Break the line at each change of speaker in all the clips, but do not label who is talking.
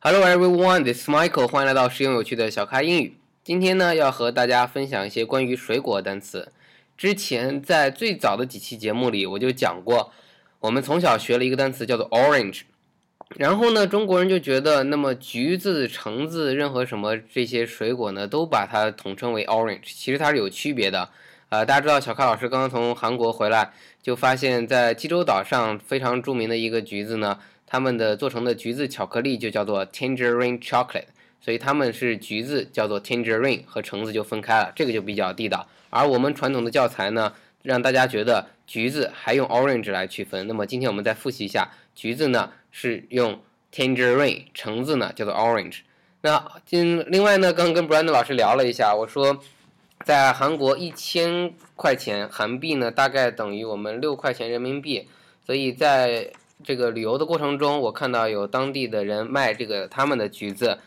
Hello everyone, this is Michael，欢迎来到实用有趣的小咖英语。今天呢，要和大家分享一些关于水果的单词。之前在最早的几期节目里，我就讲过，我们从小学了一个单词叫做 orange。然后呢，中国人就觉得，那么橘子、橙子，任何什么这些水果呢，都把它统称为 orange。其实它是有区别的。呃，大家知道小咖老师刚刚从韩国回来，就发现，在济州岛上非常著名的一个橘子呢，他们的做成的橘子巧克力就叫做 tangerine chocolate，所以他们是橘子叫做 tangerine 和橙子就分开了，这个就比较地道。而我们传统的教材呢，让大家觉得橘子还用 orange 来区分。那么今天我们再复习一下，橘子呢是用 tangerine，橙子呢叫做 orange。那今另外呢，刚跟 Brandon 老师聊了一下，我说。在韩国一千块钱韩币呢，大概等于我们六块钱人民币，所以在这个旅游的过程中，我看到有当地的人卖这个他们的橘子，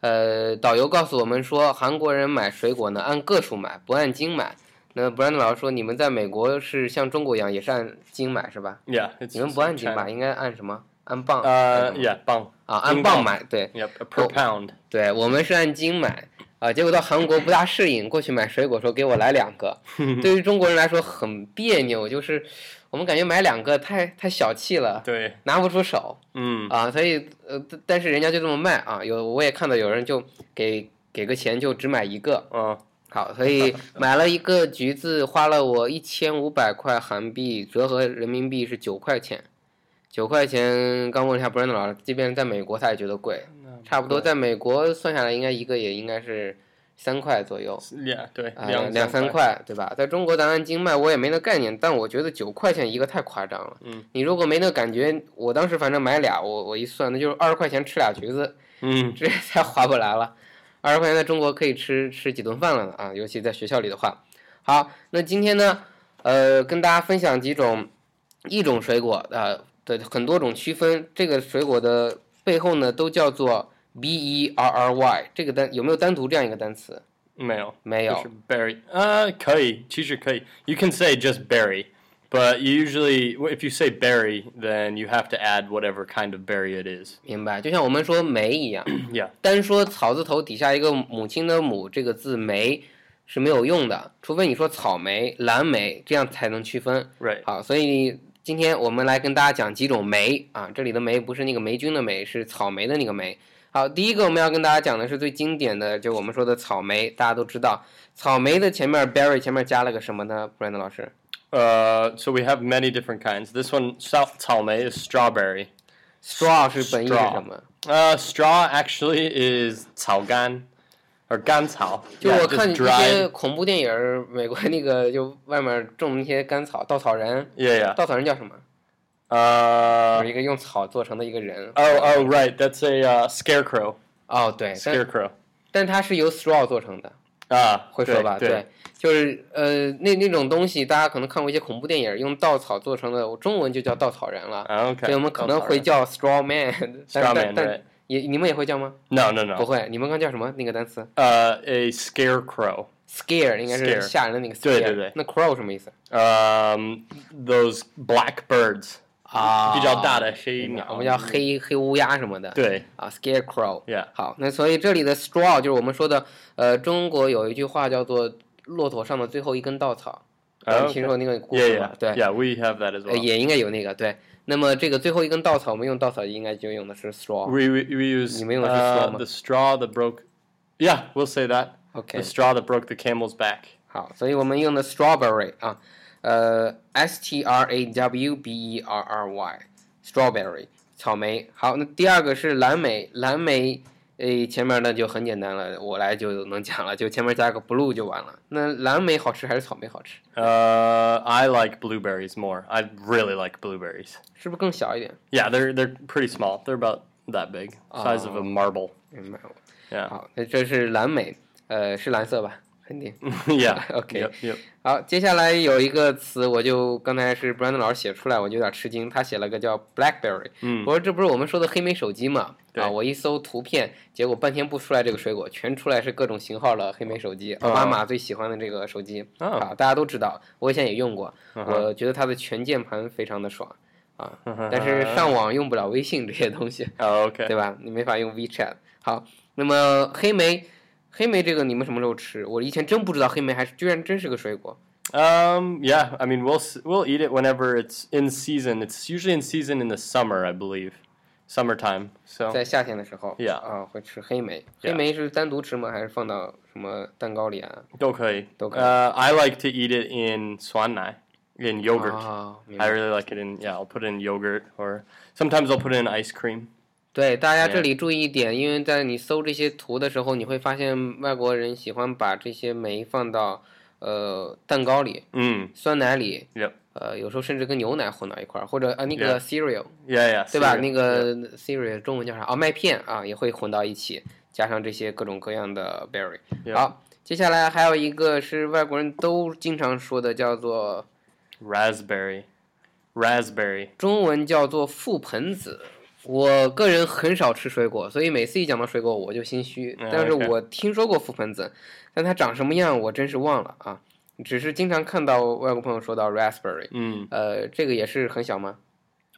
呃，导游告诉我们说，韩国人买水果呢按个数买，不按斤买。那 Brand 老师说，你们在美国是像中国一样也是按斤买是吧？
Yeah, it's
你们不按斤
China.
买，应该按什么？按磅？
Uh, yeah, bang.
啊，按
斤
磅
磅
买，对。
Yep, uh, per
Oh.
pound.
对我们是按斤买啊、结果到韩国不大适应，过去买水果说给我来两个，对于中国人来说很别扭，就是我们感觉买两个太太小气了，
对，
拿不出手
嗯，
啊，所以呃，但但是人家就这么卖啊，有我也看到有人就给给个钱就只买一个，
啊，
好，所以买了一个橘子，花了我一千五百块韩币，折合人民币是九块钱。九块钱，刚问了一下 Brandon 老师，即便是在美国，他也觉得贵，差不多在美国算下来，应该一个也应该是三块左右，
Yeah，对，
啊、
两
两三
块。
块，对吧？在中国咱按斤卖，我也没那概念，但我觉得九块钱一个太夸张了。
嗯，
你如果没那感觉，我当时反正买俩，我我一算，那就是二十块钱吃俩橘子，
嗯，
这太划不来了。二十块钱在中国可以吃吃几顿饭了呢啊，尤其在学校里的话。好，那今天呢，呃，跟大家分享几种一种水果呃的很多种区分，这个水果的背后呢都叫做 B E R R Y，这个单有没有单独这样一个单词？
没有，
没
就
有
是 berry。呃，可以，其实可以。You can say just berry, but you usually if you say berry, then you have to add whatever kind of berry it is.
明白？就像我们说梅一样，
Yeah，
单说草字头底下一个母亲的母这个字梅是没有用的，除非你说草莓、蓝莓，这样才能区分。
right.
好，所以今天我们来跟大家讲几种霉啊，这里的霉不是那个霉菌的霉，是草莓的那个霉。好，第一个我们要跟大家讲的是最经典的，就我们说的草莓，大家都知道，草莓的前面 berry 前面加了个什么呢？Brand 老师
Uh, so we have many different kinds. This one, sao- 草莓 is strawberry.
，straw 是本意是
Straw
什么？
Uh, straw actually is 草干 or 干草.
就
Yeah,
我
just
看一
dried.
些恐怖电影儿，美国那个就外面种那些干草、稻草人，
Yeah, yeah.
稻草人叫什么？
Uh,
有一个用草做成的一个人。
oh, oh, right. That's a uh, scarecrow.
哦，对，但
Scarecrow.
但它是由 straw 做成的。
Ah,
会说吧？就是呃，那那种东西，大家可能看过一些恐怖电影，用稻草做成的，我中文就叫稻草人了。所
Okay.
以我们可能会叫 straw man，但是
straw
但
man,
但
right?
也你们也会叫吗？
No, no,
不
no.
会，你们刚叫什么那个单词
Uh, a scarecrow.
？scare 应该是
Scare
吓人的那个 scare。
对对对
那 crow 什么意思？
Um, those black birds. Ah.
啊我们叫
比较大的黑鸟。
黑黑乌鸦什么的。啊，scarecrow。
Yeah.
好，那所以这里的 straw 就是我们说的，呃，中国有一句话叫做“骆驼上的最后一根稻草”，你
Okay.
听说过那个故
Yeah,
事
啊 yeah.
吗？对。
Uh, Yeah, we have that as
呃，
well.
也应该有那个对。那么这个最后一根稻草，我们用稻草应该就用的是 straw。
We, we, we use
你们用的是 straw
uh,
吗？
the straw that broke. Yeah, we'll say that.
OK，
The straw that broke the camel's back.
好，所以我们用的 strawberry 啊，呃，s t r a w b e r r y，strawberry 草莓。好，那第二个是蓝莓，蓝莓。诶，前面呢就很简单了，我来就能讲了，就前面加个 blue 就完了。那蓝莓好吃还是草莓好吃？
Uh, I like blueberries more. I really like blueberries.
是不是更小一点？
Yeah, they're they're pretty small. They're about that big, size of a marble.
明白了。
Yeah,
好，那这是蓝莓，呃，是蓝色吧？肯定。
yeah.
Okay.
Yep, yep.
好，接下来有一个词，我就刚才是 Brandon 老师写出来，我就有点吃惊。他写了个叫 BlackBerry，
嗯
我说这不是我们说的黑莓手机嘛？
对
啊，我一搜图片，结果半天不出来这个水果，全出来是各种型号的黑莓手机，奥巴马最喜欢的这个手机
啊
啊，大家都知道，我以前也用过，
嗯哼
我觉得它的全键盘非常的爽。啊，但是上网用不了微信这些东西，
Oh, okay.
对吧？你没法用 WeChat。好，那么黑莓，黑莓这个你们什么时候吃？我以前真不知道黑莓还是居然真是个水果。
Um, yeah, I mean, we'll s- we'll eat it whenever it's in season. It's usually in season in the summer, I believe, summertime. So
在夏天的时候
Yeah.
啊，会吃黑莓。黑莓是单独吃吗？还是放到什么蛋糕里啊？
okay.
都可以。
Uh, I like to eat it in swanai, in yogurt.
啊，明
I
白。
really like it in yeah. I'll put it in yogurt, or sometimes I'll put it in ice cream.
对，大家这里注意一点，因为在你搜这些图的时候，你会发现外国人喜欢把这些酶放到呃蛋糕里、
Mm.
酸奶里，
Yep.
呃，有时候甚至跟牛奶混到一块儿，或者呃那个 cereal，
Yeah, yeah.
对吧？
cereal.
那个 cereal 中文叫啥？哦，麦片啊，也会混到一起，加上这些各种各样的 berry。
Yeah.
好，接下来还有一个是外国人都经常说的，叫做
raspberry, raspberry.
中文叫做覆盆子。我个人很少吃水果，所以每次一讲到水果我就心虚。
嗯
但是
OK
我听说过覆盆子，但它长什么样我真是忘了啊。只是经常看到外国朋友说到 raspberry，
Mm.
呃，这个也是很小吗？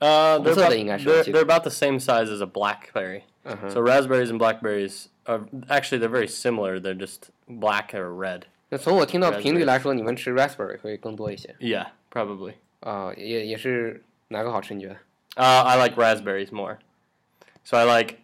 Uh, they're,
红
about,
色的应该是，
they're,
我记得。
they're about the same size as a blackberry.
嗯哼。
So raspberries and blackberries are actually they're very similar. They're just black or red.
那从我听到
Raspberry
频率来说，你们吃 raspberry 会更多一些
Yeah, probably.
啊、也也是哪个好吃？你觉得？
Uh, I like raspberries more. So I like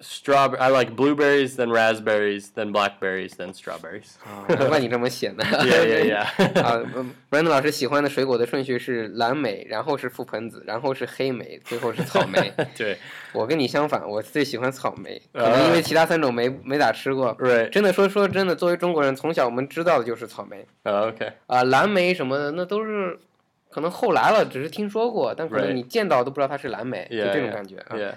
strawberry. I like blueberries, then raspberries, then blackberries, then strawberries.
啊， 难怪你这么写呢。
yeah, yeah,
啊
yeah.
嗯，Brandon 老师喜欢的水果的顺序是蓝莓，然后是覆盆子，然后是黑莓，最后是草莓。
对
我跟你相反，我最喜欢草莓，可
啊
能因为其他三种没没咋吃过。
right.
真的说说真的，作为中国人，从小我们知道的就是草莓
Oh, okay.
啊、蓝莓什么的，那都是可能后来了，只是听说过，但可
Right.
能你见到都不知道它是蓝莓
Yeah,
就这种
yeah,
感觉啊。
Yeah.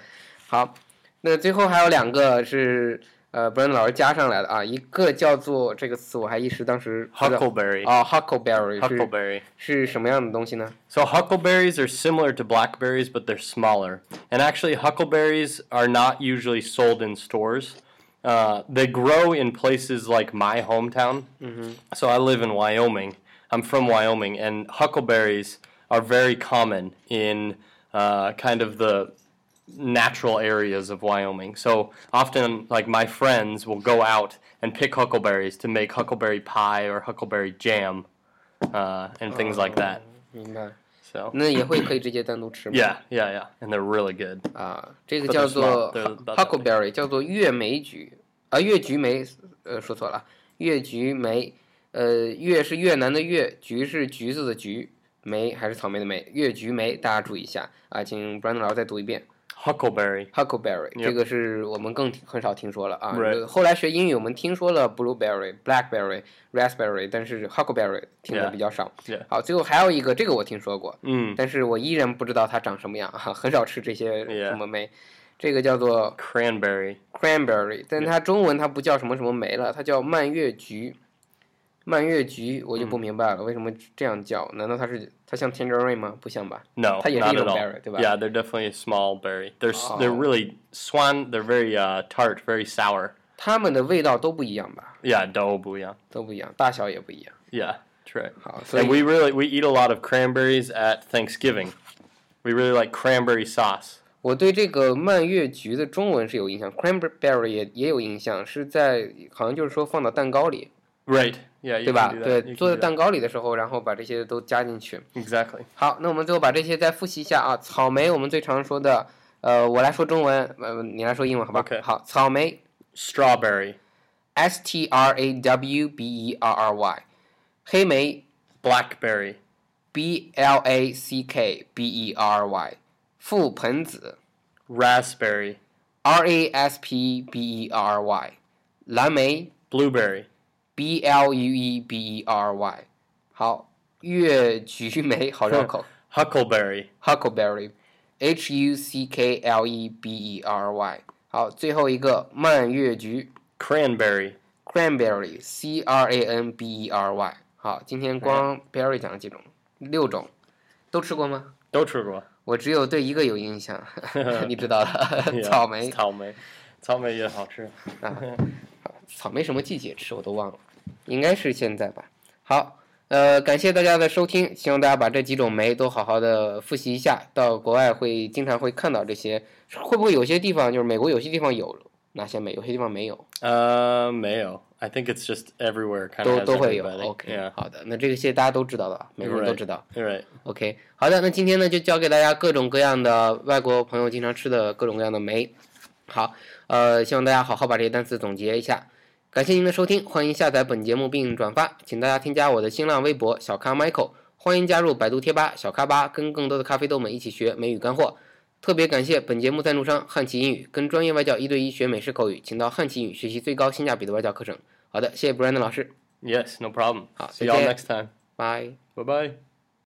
好，那最后还有两个是呃 Brandon 老师加上来的啊，一个叫做这个词我还一时当时不知道
Huckleberry.
哦 huckleberry 是
Huckleberry.
是什么样的东西呢？
So huckleberries are similar to blackberries, but they're smaller. And actually, huckleberries are not usually sold in stores. Uh, they grow in places like my hometown. So I live in Wyoming. I'm from Wyoming, and huckleberries are very common in uh, kind of the natural areas of Wyoming. So often, like my friends will go out and pick huckleberries to make huckleberry pie or huckleberry jam, uh, and things like that.
明白，
So
那也会可以直接单独吃吗？
yeah, yeah, yeah, and they're really good.
啊，这个
But
叫
they're
做
small. They're about that big.
huckleberry，叫做月莓菊啊，月菊莓，呃，说错了，月菊莓，呃，月是越南的越，菊是橘子的橘，莓还是草莓的莓，月菊莓，大家注意一下啊，请 Brandon 老师再读一遍。
Huckleberry.
Huckleberry，
Yep.
这个是我们更很少听说了啊。
Right.
呃后来学英语，我们听说了 blueberry、blackberry、raspberry，但是 huckleberry 听的
Yeah.
比较少。
Yeah.
好，最后还有一个，这个我听说过，
Mm.
但是我依然不知道它长什么样 啊，很少吃这些
Yeah.
什么莓。这个叫做
Cranberry.
cranberry，但它中文它不叫什么什么莓了，它叫蔓越菊。蔓越菊我
嗯
就不明白了，为什么这样叫？难道它是它像 tangerine 吗？不像吧？
No,
它也是
not
一
at
种
all.
berry，对吧
Yeah, they're definitely a small berry. They're s they're
Oh.
really swan. They're very uh, tart, very sour.
它们的味道都不一样吧？
Yeah, doubuya.
都不一样，大小也不一样。
Yeah, that's right.
好，所以
And we really we eat a lot of cranberries at Thanksgiving. We really like cranberry sauce.
我对这个蔓越菊的中文是有印象，cranberry 也也有印象，是在好像就是说放到蛋糕里，
Right. Yeah. You
对
can
吧？
do that.
对，
You
做
can do
蛋
that.
糕里的时候，然后把这些都加进去。
Exactly.
好，那我们最后把这些再复习一下啊。草莓我们最常说的，呃，我来说中文，呃，你来说英文，好吧
OK
好，草莓
Strawberry,
S T R A W B E R R Y，黑莓
blackberry,
B L A C K B E R R Y，覆盆子
raspberry,
R A S P B E R R Y，蓝莓。
blueberry,
B L U E B E R Y。好，越菊梅好绕口
huckleberry,
，Huckleberry。H U C K L E B E R Y。好，最后一个蔓越菊
cranberry.
，Cranberry。C R A N B E R Y。好，今天光 berry 讲了几种，六种，都吃过吗？
Dotrugwa.
我只有对一个有印象，你知道的，
Yeah,
草莓
草莓，草莓也好吃。
啊，草莓什么季节吃我都忘了，应该是现在吧。好，呃，感谢大家的收听，希望大家把这几种酶都好好的复习一下。到国外会经常会看到这些，会不会有些地方就是美国有些地方有哪些酶，有些地方没有，
Uh, mayo. I think it's just everywhere. Kind
都
of
都会有。OK，、
Yeah.
好的，那这些大家都知道的吧，每个人都
Right
知道。
You're right.
OK，好的，那今天呢就教给大家各种各样的外国朋友经常吃的各种各样的酶。好，呃，希望大家好好把这些单词总结一下。感谢您的收听，欢迎下载本节目并转发，请大家添加我的新浪微博小咖 Michael，欢迎加入百度贴吧小咖吧，跟更多的咖啡豆们一起学美语干货。特别感谢本节目赞助商汉奇英语，跟专业外教一对一学美式口语，请到汉奇英语学习最高性价比的外教课程。好的，谢谢 Brandon 老师，
Yes, no problem.
Ah,
See y'all
okay.
next time.
拜。
Bye bye.